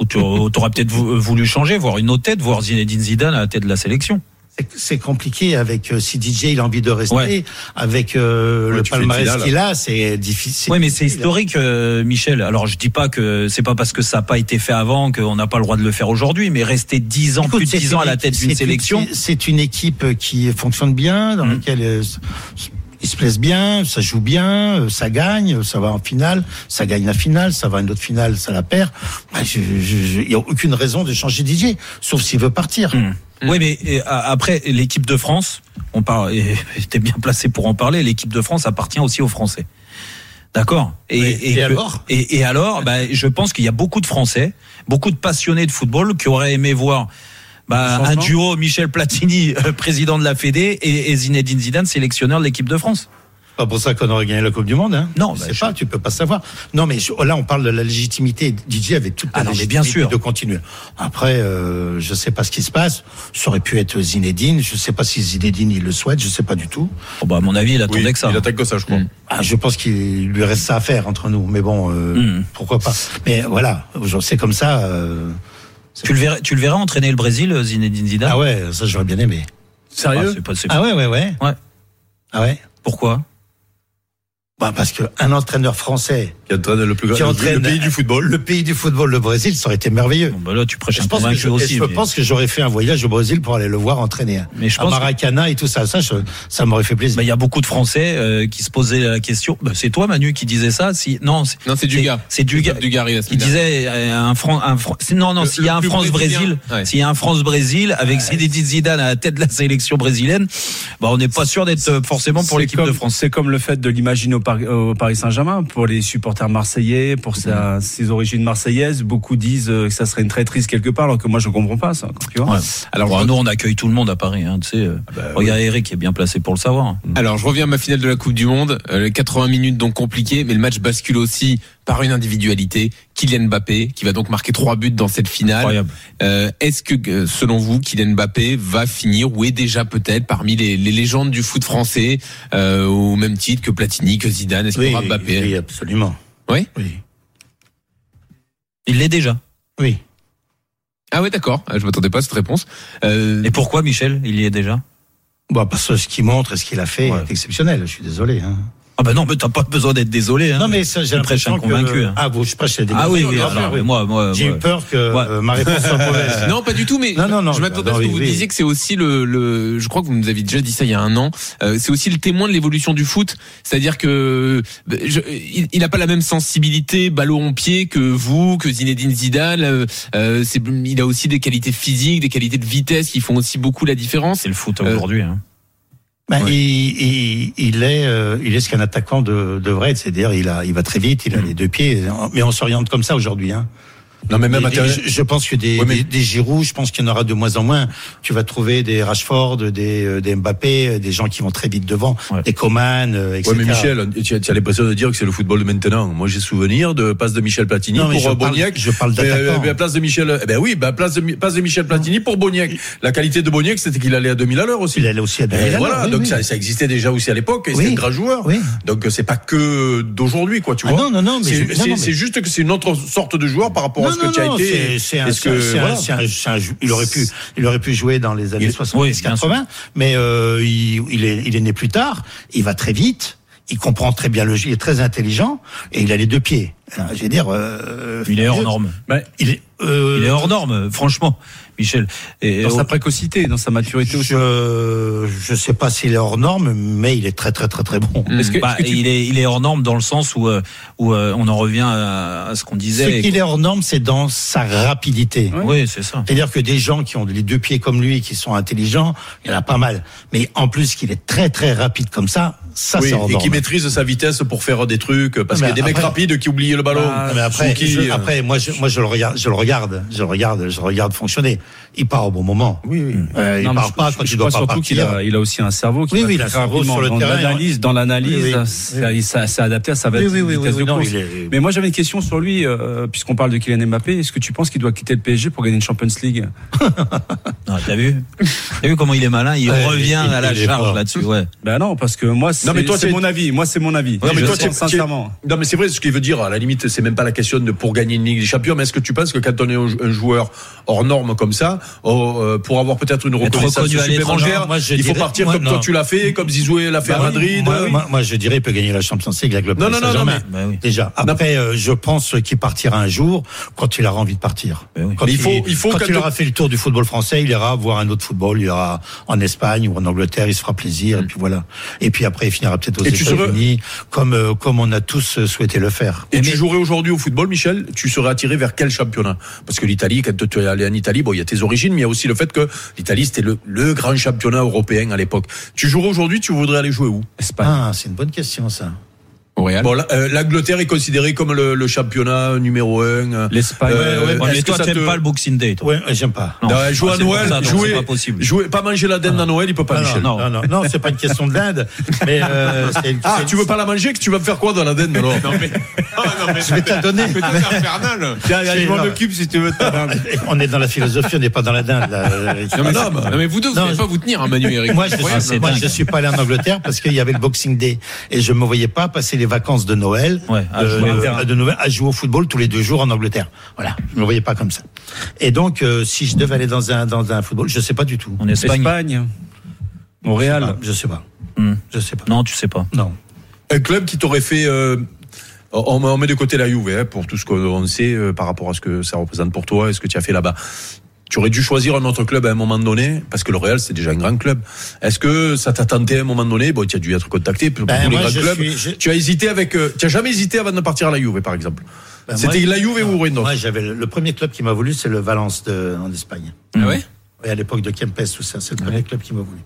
[SPEAKER 6] Ou tu aurais peut-être vou- voulu changer, voir une autre tête, voir Zinedine Zidane à la tête de la sélection.
[SPEAKER 9] C'est- C'est compliqué avec euh, si DJ il a envie de rester, avec euh, le
[SPEAKER 6] tu fais
[SPEAKER 9] palmarès
[SPEAKER 6] finale.
[SPEAKER 9] qu'il a, c'est difficile. hein.
[SPEAKER 6] Oui, mais c'est historique, euh, Michel. Alors, je dis pas que c'est pas parce que ça n'a pas été fait avant qu'on n'a pas le droit de le faire aujourd'hui, mais rester 10 ans,
[SPEAKER 9] Écoute,
[SPEAKER 6] plus de
[SPEAKER 9] c'est
[SPEAKER 6] 10 ans à
[SPEAKER 9] une
[SPEAKER 6] la tête
[SPEAKER 9] équipe-
[SPEAKER 6] d'une
[SPEAKER 9] c'est une-
[SPEAKER 6] sélection. Mmh.
[SPEAKER 9] c'est- C'est une équipe qui fonctionne bien, dans laquelle euh, s- s- ils se plaisent bien, ça joue bien, euh, ça gagne, euh, ça va en finale, ça gagne la finale, ça va à une autre finale, ça la perd. Bah, je- je- je- Il n'y a aucune raison de changer DJ, sauf s'il veut
[SPEAKER 6] Mmh.
[SPEAKER 9] partir.
[SPEAKER 6] Hmm. Oui, mais et, a- après, l'équipe de France, on parle, et t'es bien placé pour en parler, l'équipe de France appartient aussi aux Français. D'accord et, et que-
[SPEAKER 9] alors
[SPEAKER 6] et, et alors, bah, je pense qu'il y a beaucoup de Français, beaucoup de passionnés de football qui auraient aimé voir bah, un duo Michel Platini, euh, président de la Fédé, et, et Zinedine Zidane, sélectionneur de l'équipe de France.
[SPEAKER 9] Pas pour ça qu'on aurait gagné la Coupe du Monde, hein
[SPEAKER 6] Non,
[SPEAKER 9] je sais pas, tu peux pas savoir. Non, mais je- là, on parle de la légitimité. DJ avec toute la
[SPEAKER 6] Ah non, mais
[SPEAKER 9] légitimité
[SPEAKER 6] bien sûr.
[SPEAKER 9] de continuer. Après, euh, je sais pas ce qui se passe. Ça aurait pu être Zinedine. Je sais pas si Zinedine il le souhaite. Je sais pas du tout.
[SPEAKER 6] Bon, bah, à mon avis, il attendait que ça.
[SPEAKER 7] Il attaque que ça, je crois.
[SPEAKER 9] Ah, je pense qu'il lui reste ça à faire entre nous. Mais bon, euh,
[SPEAKER 6] Hmm.
[SPEAKER 9] pourquoi pas. Mais voilà, aujourd'hui, c'est comme ça. euh,
[SPEAKER 6] Tu le verrais, tu le verrais entraîner le Brésil, euh, Zinedine Zidane
[SPEAKER 9] Ah ouais, ça j'aurais bien aimé.
[SPEAKER 6] Sérieux Ah, c'est pas- c'est-
[SPEAKER 9] Ah ouais, ouais, ouais.
[SPEAKER 6] Ouais.
[SPEAKER 9] Ah ouais
[SPEAKER 6] Pourquoi
[SPEAKER 9] Bah, parce qu'un entraîneur français
[SPEAKER 7] qui entraîne le plus
[SPEAKER 9] qui
[SPEAKER 7] grand-
[SPEAKER 9] entraîne
[SPEAKER 7] le pays du football.
[SPEAKER 9] le pays du football, le Brésil, ça aurait été merveilleux.
[SPEAKER 6] Bon, bah là, tu prêches
[SPEAKER 9] Je
[SPEAKER 6] un
[SPEAKER 9] pense, que
[SPEAKER 6] convaincu
[SPEAKER 9] je,
[SPEAKER 6] aussi.
[SPEAKER 9] je
[SPEAKER 6] mais-
[SPEAKER 9] pense que j'aurais fait un voyage au Brésil pour aller le voir entraîner.
[SPEAKER 6] Mais je
[SPEAKER 9] à
[SPEAKER 6] pense que-
[SPEAKER 9] Maracana et tout ça, ça, je- ça m'aurait fait plaisir.
[SPEAKER 6] Bah, Il y a beaucoup de Français euh, qui se posaient la question. Bah, c'est toi, Manu, qui disais ça Si non, c'est
[SPEAKER 8] Non, c'est Dugas.
[SPEAKER 6] C'est Dugas
[SPEAKER 8] Top Dugas, il a ce
[SPEAKER 6] qui
[SPEAKER 8] midi.
[SPEAKER 6] disait euh, un Fran- un Fran- c'est- non, non,
[SPEAKER 8] Le-
[SPEAKER 6] s'il y a
[SPEAKER 8] le
[SPEAKER 6] un
[SPEAKER 8] plus
[SPEAKER 6] France-Brésil,
[SPEAKER 8] brésilien. Ouais.
[SPEAKER 6] s'il y a un France-Brésil avec Zinedine Zidane à la tête de la sélection brésilienne, bah, on n'est pas sûr d'être euh, forcément pour
[SPEAKER 10] C'est
[SPEAKER 6] l'équipe
[SPEAKER 10] comme-
[SPEAKER 6] de France.
[SPEAKER 10] C'est comme le fait de l'imaginer au, Par- au Paris Saint-Germain, pour les supporters marseillais, pour sa- ses origines marseillaises. Beaucoup disent euh, que ça serait une traîtrise quelque part, alors que moi je comprends pas ça. Tu vois
[SPEAKER 6] Ouais. Alors,
[SPEAKER 8] Alors,
[SPEAKER 6] bah,
[SPEAKER 8] je- Ah bah
[SPEAKER 6] nous, on accueille tout le monde à Paris. Hein, tu sais, euh, regarde Eric qui est bien placé pour le savoir. hein.
[SPEAKER 8] Alors, je reviens à ma finale de la Coupe du Monde. Euh, les 80 minutes donc compliquées, mais le match bascule aussi par une individualité. Kylian Mbappé, qui va donc marquer trois buts dans cette finale.
[SPEAKER 6] Incroyable.
[SPEAKER 8] Euh, Est-ce que, euh, selon vous, Kylian Mbappé va finir ou est déjà peut-être parmi les, les légendes du foot français euh, au même titre que Platini, que Zidane Est-ce qu'il y aura Mbappé
[SPEAKER 9] oui, absolument.
[SPEAKER 8] Oui
[SPEAKER 9] Oui.
[SPEAKER 6] Il l'est déjà.
[SPEAKER 9] Oui.
[SPEAKER 8] Ah ouais, d'accord. Euh, Je m'attendais pas à cette réponse. Euh,
[SPEAKER 6] Et pourquoi, Michel Il y est déjà.
[SPEAKER 9] Bon, Bah, parce que ce qu'il montre et ce qu'il a fait
[SPEAKER 6] Ouais.
[SPEAKER 9] est exceptionnel. Je suis désolé. hein.
[SPEAKER 6] Ah bah non, mais t'as pas besoin d'être désolé. Hein.
[SPEAKER 9] Non, mais ça, j'ai
[SPEAKER 6] Tu prêches un
[SPEAKER 9] l'impression que...
[SPEAKER 6] convaincu, hein.
[SPEAKER 9] Ah, vous, je prêche à des
[SPEAKER 6] ah oui, oui,
[SPEAKER 9] Bien sûr,
[SPEAKER 6] alors,
[SPEAKER 9] oui.
[SPEAKER 6] mais moi, moi,
[SPEAKER 9] J'ai
[SPEAKER 6] moi-
[SPEAKER 9] eu peur que
[SPEAKER 6] Ouais.
[SPEAKER 9] euh, ma réponse soit mauvaise.
[SPEAKER 8] Non, pas du tout, mais
[SPEAKER 9] Non, non, non,
[SPEAKER 8] je m'attendais à
[SPEAKER 9] bah,
[SPEAKER 8] ce que
[SPEAKER 9] non,
[SPEAKER 8] vous
[SPEAKER 9] oui, oui.
[SPEAKER 8] disiez que c'est aussi le, le- je crois que vous nous aviez déjà dit ça il y a un an, euh, c'est aussi le témoin de l'évolution du foot, c'est-à-dire que bah, je- il il n'a pas la même sensibilité ballon au pied que vous, que Zinedine Zidane, euh, euh, c'est- il a aussi des qualités physiques, des qualités de vitesse qui font aussi beaucoup la différence.
[SPEAKER 6] C'est le foot aujourd'hui. hein.
[SPEAKER 9] Ben, il, il- il est, euh, il est ce qu'un attaquant de, devrait être. C'est-à-dire, il a, il va très vite, il a les deux pieds. Mais on s'oriente comme ça aujourd'hui, hein.
[SPEAKER 7] Mm. Non, mais même
[SPEAKER 9] Et-
[SPEAKER 7] à
[SPEAKER 9] et
[SPEAKER 7] terre-
[SPEAKER 9] je, je pense que des,
[SPEAKER 7] Ouais, mais-
[SPEAKER 9] des, des Giroud, je pense qu'il y en aura de moins en moins. Tu vas trouver des Rashford, des, euh, des Mbappé, euh, des gens qui vont très vite devant,
[SPEAKER 6] Ouais.
[SPEAKER 9] des Coman, euh, etc.
[SPEAKER 7] Ouais, mais Michel, tu as, tu as l'impression de dire que c'est le football de maintenant. Moi, j'ai souvenir de passe de Michel Platini
[SPEAKER 9] Non, mais
[SPEAKER 7] pour
[SPEAKER 9] je
[SPEAKER 7] euh,
[SPEAKER 9] parle-
[SPEAKER 7] Boniek.
[SPEAKER 9] je parle
[SPEAKER 7] Eh,
[SPEAKER 9] d'attaquant.
[SPEAKER 7] eh, eh, place de Michel. Eh ben oui, bah, place de, Mi- passe de Michel Platini pour Boniek. La qualité de Boniek, c'était qu'il allait à 2000 à l'heure aussi.
[SPEAKER 9] Il allait aussi à
[SPEAKER 7] Eh,
[SPEAKER 9] 2000 à l'heure,
[SPEAKER 7] Voilà,
[SPEAKER 9] oui,
[SPEAKER 7] donc
[SPEAKER 9] oui.
[SPEAKER 7] Ça, ça existait déjà aussi à l'époque. Et
[SPEAKER 9] Oui.
[SPEAKER 7] C'était un grand joueur.
[SPEAKER 9] Oui.
[SPEAKER 7] Donc euh, c'est pas que d'aujourd'hui, quoi, tu
[SPEAKER 9] Ah
[SPEAKER 7] vois.
[SPEAKER 9] non, non, non, mais
[SPEAKER 7] C'est
[SPEAKER 9] je- non,
[SPEAKER 7] c'est-
[SPEAKER 9] non, mais-
[SPEAKER 7] c'est juste que c'est une autre sorte de joueur par rapport à
[SPEAKER 9] Non,
[SPEAKER 7] ce que
[SPEAKER 9] non,
[SPEAKER 7] tu as
[SPEAKER 9] non,
[SPEAKER 7] été.
[SPEAKER 9] c'est- c'est un-
[SPEAKER 7] Est-ce
[SPEAKER 9] c'est un-
[SPEAKER 7] que-
[SPEAKER 9] c'est un-
[SPEAKER 7] voilà.
[SPEAKER 9] c'est un- c'est un jou- Il aurait pu, il aurait pu jouer dans les années
[SPEAKER 6] Il-
[SPEAKER 9] 70,
[SPEAKER 6] oui, bien
[SPEAKER 9] 80, mais euh, il, il est, il est né plus tard. Il va très vite. Il comprend très bien le jeu. Il est très intelligent et il a les deux pieds. Alors, je veux dire, euh,
[SPEAKER 6] Il est hors
[SPEAKER 9] Dieu,
[SPEAKER 6] norme.
[SPEAKER 9] Il est, euh,
[SPEAKER 6] Il est hors norme, franchement, Michel. Et,
[SPEAKER 10] Dans
[SPEAKER 6] oh,
[SPEAKER 10] sa précocité, dans sa maturité aussi.
[SPEAKER 9] Je je sais pas s'il est hors norme, mais il est très très très très bon.
[SPEAKER 8] Est-ce que-
[SPEAKER 6] bah,
[SPEAKER 8] est-ce que tu-
[SPEAKER 6] il, est, il est hors norme dans le sens où, euh, où euh, on en revient à, à ce qu'on
[SPEAKER 9] Ce
[SPEAKER 6] disait.
[SPEAKER 9] qu'il est hors norme, c'est dans sa rapidité.
[SPEAKER 6] Oui, c'est ça.
[SPEAKER 9] C'est-à-dire que des gens qui ont les deux pieds comme lui, qui sont intelligents, il y en a pas mal. Mais en plus qu'il est très très rapide comme ça, ça
[SPEAKER 7] Oui,
[SPEAKER 9] c'est hors
[SPEAKER 7] et qui
[SPEAKER 9] norme.
[SPEAKER 7] maîtrise sa vitesse pour faire des trucs, parce
[SPEAKER 9] Mais
[SPEAKER 7] qu'il y a des mecs
[SPEAKER 9] après-
[SPEAKER 7] rapides qui oublient le ballon.
[SPEAKER 9] Ah, mais après,
[SPEAKER 7] Ou qui,
[SPEAKER 9] je-
[SPEAKER 7] euh,
[SPEAKER 9] après, moi, je, moi, je le regarde, je le regarde, je le regarde, je le regarde fonctionner. Il part au bon moment. Oui, oui. il
[SPEAKER 10] Non, mais
[SPEAKER 9] part
[SPEAKER 10] je-
[SPEAKER 9] pas
[SPEAKER 10] je-
[SPEAKER 9] quand
[SPEAKER 10] je
[SPEAKER 9] il doit
[SPEAKER 10] crois
[SPEAKER 9] pas
[SPEAKER 10] surtout qu'il
[SPEAKER 9] partir.
[SPEAKER 10] a, il a aussi un cerveau qui
[SPEAKER 9] Oui,
[SPEAKER 10] va
[SPEAKER 9] oui,
[SPEAKER 10] très
[SPEAKER 9] il a un cerveau
[SPEAKER 10] rapidement
[SPEAKER 9] sur le
[SPEAKER 10] dans
[SPEAKER 9] terrain.
[SPEAKER 10] l'analyse, dans
[SPEAKER 9] Oui,
[SPEAKER 10] l'analyse,
[SPEAKER 9] oui.
[SPEAKER 10] ça- il- ça s'est adapté à sa
[SPEAKER 9] Oui, oui, oui,
[SPEAKER 10] vitesse
[SPEAKER 9] oui,
[SPEAKER 10] de
[SPEAKER 9] non,
[SPEAKER 10] course.
[SPEAKER 9] il est-
[SPEAKER 10] Mais moi j'avais une question sur lui, euh, puisqu'on parle de Kylian Mbappé. Est-ce que tu penses qu'il doit quitter le PSG pour gagner une Champions League
[SPEAKER 6] Ah, T'as vu T'as vu comment il est malin Il
[SPEAKER 9] Ouais,
[SPEAKER 6] revient
[SPEAKER 9] il-
[SPEAKER 6] à la
[SPEAKER 9] il est
[SPEAKER 6] charge
[SPEAKER 9] fort.
[SPEAKER 6] là-dessus. Ouais.
[SPEAKER 10] Ben non, parce que moi c'est
[SPEAKER 7] Non, mais toi,
[SPEAKER 10] c'est
[SPEAKER 7] t'es-
[SPEAKER 10] mon avis. Moi c'est mon avis.
[SPEAKER 7] Non
[SPEAKER 10] Je
[SPEAKER 7] mais toi,
[SPEAKER 10] pense
[SPEAKER 7] tu es- tu es-
[SPEAKER 10] sincèrement.
[SPEAKER 7] Non mais c'est vrai ce qu'il veut dire. À la limite, c'est même pas la question de pour gagner une Ligue des Champions. Mais est-ce que tu penses que quand on est un jou- un joueur hors norme comme ça, oh, euh, pour avoir peut-être une
[SPEAKER 6] Être
[SPEAKER 7] reconnaissance
[SPEAKER 6] reconnu à
[SPEAKER 7] supplémentaire,
[SPEAKER 6] l'étranger,
[SPEAKER 9] moi, je
[SPEAKER 7] il faut
[SPEAKER 9] dirais-
[SPEAKER 7] partir
[SPEAKER 9] moi,
[SPEAKER 7] comme
[SPEAKER 9] non.
[SPEAKER 7] toi tu l'as fait, comme Zizoué l'a fait à
[SPEAKER 10] euh,
[SPEAKER 9] Bah oui,
[SPEAKER 7] Madrid.
[SPEAKER 9] Moi, moi- moi, je dirais, il peut gagner la Champions League avec le
[SPEAKER 7] Non,
[SPEAKER 9] Paris
[SPEAKER 7] non, non, non,
[SPEAKER 9] Saint-Germain.
[SPEAKER 6] mais- bah oui.
[SPEAKER 9] Déjà. Après, euh, je pense qu'il partira un jour quand il aura envie de partir.
[SPEAKER 6] Bah oui.
[SPEAKER 9] Quand
[SPEAKER 7] Ben Mais il faut- il faut
[SPEAKER 9] quand
[SPEAKER 7] qu'à
[SPEAKER 9] il
[SPEAKER 7] deux-
[SPEAKER 9] aura fait le tour du football français, il ira voir un autre football. Il ira en Espagne ou en Angleterre, il se fera plaisir et puis voilà. Et puis après, il finira peut-être aux
[SPEAKER 7] Mm. Et tu serais-
[SPEAKER 9] États-Unis, comme euh, comme on a tous euh, souhaité le faire.
[SPEAKER 7] Et tu jouerais aujourd'hui au football, Michel Tu serais attiré vers quel championnat Parce que l'Italie, quand tu es allé en Italie, bon, il y a tes origines, mais il y a aussi le fait que l'Italie c'était le, le grand championnat européen à l'époque. Tu jouerais aujourd'hui Tu voudrais aller jouer où
[SPEAKER 10] Espagne.
[SPEAKER 9] Ah, c'est une bonne question ça.
[SPEAKER 8] au Real
[SPEAKER 7] Bon, la- euh, l'Angleterre est considérée comme le, le championnat numéro un. euh,
[SPEAKER 10] L'Espagne.
[SPEAKER 7] Euh,
[SPEAKER 6] Ouais, mais
[SPEAKER 7] est-ce que
[SPEAKER 6] toi,
[SPEAKER 7] ça
[SPEAKER 6] t'aimes
[SPEAKER 7] te-
[SPEAKER 6] pas le Boxing Day, toi
[SPEAKER 9] Ouais, euh, j'aime pas.
[SPEAKER 6] Non,
[SPEAKER 7] Non,
[SPEAKER 6] c'est
[SPEAKER 7] jouer
[SPEAKER 6] pas-
[SPEAKER 7] à
[SPEAKER 6] c'est pour
[SPEAKER 7] Noël,
[SPEAKER 6] ça, donc
[SPEAKER 7] jouer,
[SPEAKER 6] c'est pas possible.
[SPEAKER 7] jouer- pas manger la dinde à Noël, il peut pas,
[SPEAKER 9] Ah,
[SPEAKER 7] Michel.
[SPEAKER 9] non, non, non, non, c'est pas une question de dinde. Mais euh, c'est une-
[SPEAKER 7] Ah,
[SPEAKER 9] c'est-
[SPEAKER 7] tu veux pas la manger que tu vas me faire quoi dans la dinde alors
[SPEAKER 9] Je vais te la donner.
[SPEAKER 10] je
[SPEAKER 9] m'en
[SPEAKER 10] occupe si tu veux.
[SPEAKER 9] On est dans la philosophie, on n'est pas dans la dinde. là. euh,
[SPEAKER 8] non, mais,
[SPEAKER 7] non,
[SPEAKER 8] c'est-
[SPEAKER 7] bah-
[SPEAKER 8] non, mais vous deux, vous
[SPEAKER 9] Ah, Non,
[SPEAKER 8] ne
[SPEAKER 9] je-
[SPEAKER 8] pas vous tenir, hein, Manu et Eric.
[SPEAKER 9] Moi, je,
[SPEAKER 8] Ouais,
[SPEAKER 9] suis,
[SPEAKER 8] c'est
[SPEAKER 9] moi,
[SPEAKER 8] dingue.
[SPEAKER 9] je suis pas allé en Angleterre parce qu'il y avait le Boxing Day et je me voyais pas passer les vacances de Noël,
[SPEAKER 6] Ouais, à
[SPEAKER 9] de-
[SPEAKER 6] jouer au
[SPEAKER 9] de-
[SPEAKER 6] terrain.
[SPEAKER 9] de Noël, à jouer au football tous les deux jours en Angleterre. Voilà, je me voyais pas comme ça. Et donc, euh, si je devais aller dans un dans un football, je sais pas du tout.
[SPEAKER 6] En Espagne
[SPEAKER 10] Espagne. Montréal.
[SPEAKER 9] Je sais pas.
[SPEAKER 6] Hmm.
[SPEAKER 9] Je sais pas.
[SPEAKER 6] Non, tu sais pas.
[SPEAKER 9] Non.
[SPEAKER 7] Un club qui t'aurait fait. euh, on, on met de côté la Juve hein, pour tout ce qu'on sait euh, par rapport à ce que ça représente pour toi et ce que tu as fait là-bas. Tu aurais dû choisir un autre club à un moment donné, parce que le Real, c'est déjà un grand club. Est-ce que ça t'a tenté à un moment donné Bon, tu as dû être contacté pour
[SPEAKER 9] Ben,
[SPEAKER 7] tous les
[SPEAKER 9] moi,
[SPEAKER 7] grands
[SPEAKER 9] je
[SPEAKER 7] clubs.
[SPEAKER 9] suis- je-
[SPEAKER 7] Tu as hésité avec. euh, tu as jamais hésité avant de partir à la Juve, par exemple.
[SPEAKER 9] Ben,
[SPEAKER 7] C'était
[SPEAKER 9] moi,
[SPEAKER 7] la Juve
[SPEAKER 9] non,
[SPEAKER 7] ou rien d'autre
[SPEAKER 9] Moi, j'avais le, le premier club qui m'a voulu, c'est le Valence de- en Espagne.
[SPEAKER 6] Ah ouais
[SPEAKER 9] Et à l'époque de Kempes, tout ça, c'est le premier club qui m'a voulu.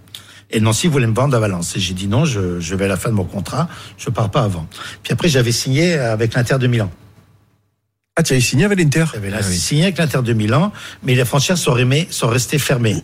[SPEAKER 9] Et Nancy voulait me vendre à Valence. Et j'ai dit non, je, je vais à la fin de mon contrat, je pars pas avant. Puis après, j'avais signé avec l'Inter de Milan.
[SPEAKER 7] Ah, tu avais signé avec l'Inter
[SPEAKER 9] J'avais Eh ben là- Ah signé avec l'Inter de Milan, mais les frontières sont, remées- sont restées fermées.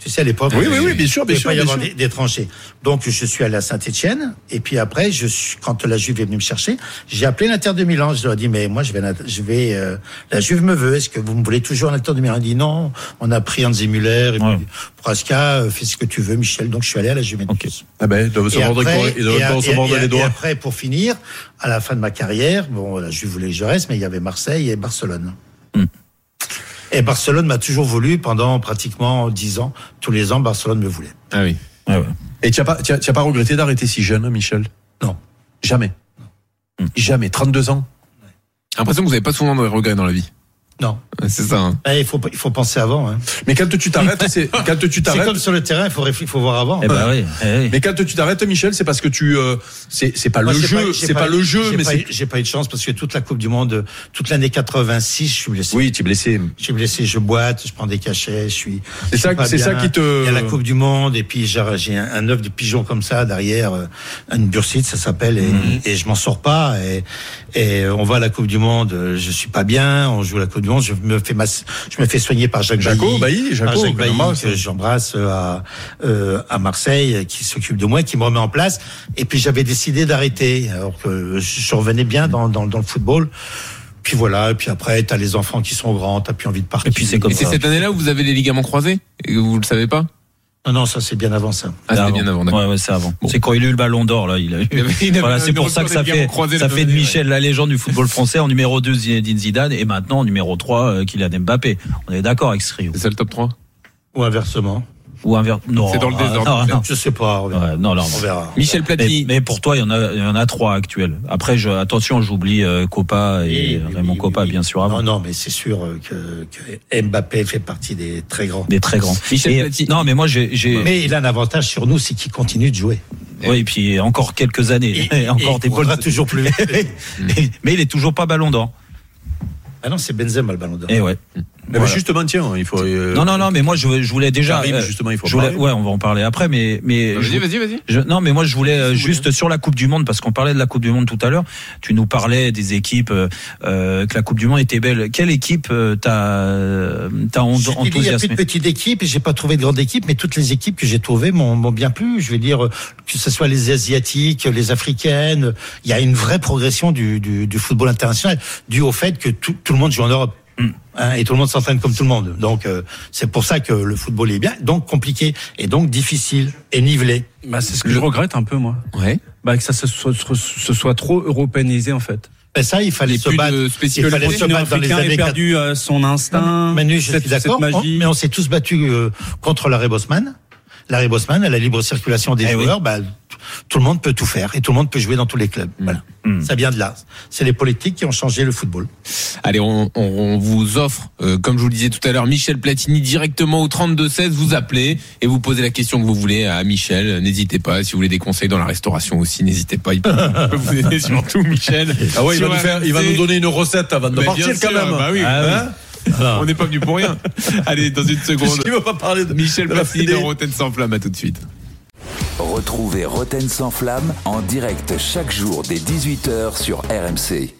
[SPEAKER 9] tu sais, à l'époque,
[SPEAKER 7] Oui,
[SPEAKER 9] il
[SPEAKER 7] oui, oui, bien sûr, bien
[SPEAKER 9] pouvait
[SPEAKER 7] sûr,
[SPEAKER 9] pas y
[SPEAKER 7] bien
[SPEAKER 9] avoir
[SPEAKER 7] sûr.
[SPEAKER 9] des- d'étrangers. Donc, je suis allé à Saint-Etienne, et puis après, je suis, quand la Juve est venue me chercher, j'ai appelé l'Inter de Milan. Je leur ai dit, mais moi, je vais, à l'Inter- je vais, euh, la Juve me veut. Est-ce que vous me voulez toujours à l'Inter de Milan? Ils dit non. On a pris Anzi Muller, et puis Praska, euh, fais ce que tu veux, Michel. Donc, je suis allé à la Juventus.
[SPEAKER 7] Ah ben, ils doivent se
[SPEAKER 9] Et
[SPEAKER 7] mordre
[SPEAKER 9] après-
[SPEAKER 7] les- ils doivent
[SPEAKER 9] et a-
[SPEAKER 7] se
[SPEAKER 9] et-
[SPEAKER 7] mordre
[SPEAKER 9] et-
[SPEAKER 7] les
[SPEAKER 9] et
[SPEAKER 7] doigts.
[SPEAKER 9] après, pour finir, à la fin de ma carrière, bon, là, je voulais que je reste, mais il y avait Marseille et Barcelone.
[SPEAKER 7] Hmm.
[SPEAKER 9] Et Barcelone m'a toujours voulu pendant pratiquement 10 ans. Tous les ans, Barcelone me voulait.
[SPEAKER 6] Ah oui.
[SPEAKER 7] Et tu n'as pas, tu as- tu as pas regretté d'arrêter si jeune, Michel
[SPEAKER 9] Non.
[SPEAKER 7] Jamais.
[SPEAKER 9] Hmm.
[SPEAKER 7] Jamais. 32 ans.
[SPEAKER 6] J'ai l'impression que vous n'avez pas souvent de regrets dans la vie.
[SPEAKER 9] Non.
[SPEAKER 6] Ouais, C'est ça. hein.
[SPEAKER 9] Eh, Il faut, il faut penser avant. hein.
[SPEAKER 7] Mais quand tu t'arrêtes, c'est quand tu
[SPEAKER 9] C'est
[SPEAKER 7] t'arrêtes.
[SPEAKER 9] comme sur le terrain, il faut, réfl- il faut voir avant.
[SPEAKER 11] Eh ben oui. eh oui.
[SPEAKER 7] Mais quand tu t'arrêtes, Michel, c'est parce que tu euh, c'est c'est pas
[SPEAKER 9] Moi,
[SPEAKER 7] le
[SPEAKER 9] j'ai
[SPEAKER 7] jeu,
[SPEAKER 9] j'ai
[SPEAKER 7] c'est pas, le jeu,
[SPEAKER 9] j'ai
[SPEAKER 7] mais
[SPEAKER 9] pas
[SPEAKER 7] c'est
[SPEAKER 9] eu- J'ai pas eu de chance parce que toute la Coupe du Monde, toute l'année 86, je suis blessé.
[SPEAKER 7] oui, tu es
[SPEAKER 11] Ah,
[SPEAKER 7] blessé.
[SPEAKER 9] Je suis blessé, je boite, je prends des cachets, je suis.
[SPEAKER 7] C'est
[SPEAKER 9] je
[SPEAKER 7] ça-
[SPEAKER 9] suis pas
[SPEAKER 7] c'est
[SPEAKER 9] bien.
[SPEAKER 7] ça qui te-
[SPEAKER 9] Il y a la Coupe du Monde et puis j'ai j'ai un, un œuf de pigeon comme ça derrière, euh, une bursite, ça s'appelle, et,
[SPEAKER 7] Mhm.
[SPEAKER 9] et je m'en sors pas. Et, et on va à la Coupe du Monde, euh, je suis pas bien. On joue à la Coupe du Monde, je me fais masse- je me fais soigner par Jacques
[SPEAKER 7] Jaco,
[SPEAKER 9] Bailly,
[SPEAKER 7] Bailly, Jaco,
[SPEAKER 9] par Jacques
[SPEAKER 7] que
[SPEAKER 9] Bailly,
[SPEAKER 7] j'embrasse. hein.
[SPEAKER 9] que j'embrasse euh, à euh, à Marseille, euh, qui s'occupe de moi, qui me remet en place. Et puis j'avais décidé d'arrêter, alors que je revenais bien dans dans, dans le football. Puis voilà, et puis après, t'as les enfants qui sont grands, t'as plus envie de partir.
[SPEAKER 11] Et puis c'est comme
[SPEAKER 6] Et c'est
[SPEAKER 11] ça.
[SPEAKER 6] cette année-là où vous avez les ligaments croisés et que vous le savez pas
[SPEAKER 9] Ah Non, non, ça c'est bien avant ça.
[SPEAKER 6] Ah, c'était bien avant, d'accord.
[SPEAKER 11] Ouais, ouais, c'est avant.
[SPEAKER 6] Bon.
[SPEAKER 11] C'est quand il a eu le ballon d'or, là. Il a eu.
[SPEAKER 6] Il avait- il avait
[SPEAKER 11] voilà,
[SPEAKER 6] un
[SPEAKER 11] c'est pour
[SPEAKER 6] record
[SPEAKER 11] ça que
[SPEAKER 6] des
[SPEAKER 11] ça
[SPEAKER 6] ligaments
[SPEAKER 11] fait,
[SPEAKER 6] croisés
[SPEAKER 11] ça
[SPEAKER 6] de
[SPEAKER 11] fait de
[SPEAKER 6] Donnelly,
[SPEAKER 11] Michel la légende du football français en numéro 2 Zinedine Zidane et maintenant en numéro 3 euh, Kylian Mbappé. On est d'accord avec ce trio.
[SPEAKER 6] C'est ça le top 3
[SPEAKER 9] Ou inversement.
[SPEAKER 11] Ou inverse. Non.
[SPEAKER 6] C'est dans le
[SPEAKER 11] ah,
[SPEAKER 6] désordre,
[SPEAKER 11] non,
[SPEAKER 6] en fait.
[SPEAKER 11] non.
[SPEAKER 9] Je sais pas. On verra.
[SPEAKER 11] Ouais, non, non.
[SPEAKER 9] On verra.
[SPEAKER 6] Michel
[SPEAKER 11] Mais,
[SPEAKER 6] Platini.
[SPEAKER 11] mais pour toi, il y en a, il y en a trois actuels. Après, je, attention, j'oublie euh, Copa et
[SPEAKER 9] Oui, oui,
[SPEAKER 11] Raymond
[SPEAKER 9] oui,
[SPEAKER 11] Copa,
[SPEAKER 9] oui.
[SPEAKER 11] bien sûr, avant.
[SPEAKER 9] Non, non, mais c'est sûr euh, que, que Mbappé fait partie des très grands.
[SPEAKER 11] Des très grands.
[SPEAKER 6] Michel
[SPEAKER 11] Et-
[SPEAKER 6] Platini.
[SPEAKER 11] non, mais moi, j'ai, j'ai-
[SPEAKER 9] Mais il a un avantage sur nous, c'est qu'il continue de jouer.
[SPEAKER 11] oui, et puis encore quelques années,
[SPEAKER 9] Et-
[SPEAKER 11] encore
[SPEAKER 9] et
[SPEAKER 11] des
[SPEAKER 9] il courra
[SPEAKER 11] bonnes-
[SPEAKER 9] toujours plus vite.
[SPEAKER 11] mais il est toujours pas ballon d'or.
[SPEAKER 9] ah non, c'est Benzema le ballon d'or.
[SPEAKER 11] Et Eh ouais.
[SPEAKER 7] Mais justement, tiens, il faut. euh,
[SPEAKER 11] Non, non, non, mais moi, je, je voulais déjà.
[SPEAKER 7] J'arrive,
[SPEAKER 11] euh,
[SPEAKER 7] justement, il faut
[SPEAKER 11] je voulais-
[SPEAKER 7] parler.
[SPEAKER 11] Ouais, on va en parler après, mais. mais je-
[SPEAKER 6] Vas-y, vas-y, vas-y.
[SPEAKER 11] je- non, mais moi je voulais euh, juste sur la Coupe du Monde parce qu'on parlait de la Coupe du Monde tout à l'heure. Tu nous parlais des équipes euh, euh, que la Coupe du Monde était belle. Quelle équipe euh, t'as euh, t'as en-
[SPEAKER 9] J'ai dit, Il y a plus de
[SPEAKER 11] enthousiasmé
[SPEAKER 9] petites équipes et j'ai pas trouvé de grande équipe, mais toutes les équipes que j'ai trouvées m'ont m'ont bien plu. Je veux dire, euh, que ce soit les asiatiques, les africaines, il y a une vraie progression du, du, du football international dû au fait que tout, tout le monde joue en Europe.
[SPEAKER 6] Mm.
[SPEAKER 9] Hein, et tout le monde s'entraîne comme tout le monde. Donc euh, c'est pour ça que le football est bien, donc compliqué et donc difficile et nivelé.
[SPEAKER 12] Bah, c'est ce que je regrette un peu, moi.
[SPEAKER 6] Ouais.
[SPEAKER 12] Bah, que ça se soit, se soit trop européanisé, en fait.
[SPEAKER 9] Et Ben ça, il fallait
[SPEAKER 6] Et
[SPEAKER 9] se
[SPEAKER 6] plus
[SPEAKER 9] battre.
[SPEAKER 6] de
[SPEAKER 9] il
[SPEAKER 6] spécificité.
[SPEAKER 9] fallait se
[SPEAKER 12] continent
[SPEAKER 9] battre dans les
[SPEAKER 12] africain
[SPEAKER 9] années
[SPEAKER 12] ait perdu euh, son instinct,
[SPEAKER 9] Manu, je
[SPEAKER 12] cette,
[SPEAKER 9] suis d'accord,
[SPEAKER 12] cette
[SPEAKER 9] on-
[SPEAKER 12] magie.
[SPEAKER 9] mais on s'est tous battus euh, contre l'arrêt Bosman. L'arrêt Bosman, à la libre circulation des
[SPEAKER 11] Eh oui.
[SPEAKER 9] joueurs, bah, t- tout le monde peut tout faire et tout le monde peut jouer dans tous les clubs. Voilà. Ça vient de là. C'est les politiques qui ont changé le football.
[SPEAKER 6] Allez, on, on- on vous offre, euh, comme je vous le disais tout à l'heure, Michel Platini directement au 32-16. Vous appelez et vous posez la question que vous voulez à Michel. N'hésitez pas. Si vous voulez des conseils dans la restauration aussi, n'hésitez pas. Il peut il peut vous aider surtout, Michel.
[SPEAKER 7] Ah ouais, il va,
[SPEAKER 6] Sur
[SPEAKER 7] nous faire, il va
[SPEAKER 6] RMC.
[SPEAKER 7] nous donner une recette avant de
[SPEAKER 6] Mais
[SPEAKER 7] partir
[SPEAKER 6] bien sûr,
[SPEAKER 7] quand même.
[SPEAKER 6] bah oui.
[SPEAKER 7] Hein
[SPEAKER 6] On n'est pas venu pour rien. Allez, dans une seconde.
[SPEAKER 7] Puisqu'il veut pas parler de
[SPEAKER 6] Michel
[SPEAKER 7] de la
[SPEAKER 6] Platini
[SPEAKER 7] Fédé.
[SPEAKER 6] dans Rotten sans flamme. À tout de suite.
[SPEAKER 3] Retrouvez Roten sans flamme en direct chaque jour dès 18h sur RMC.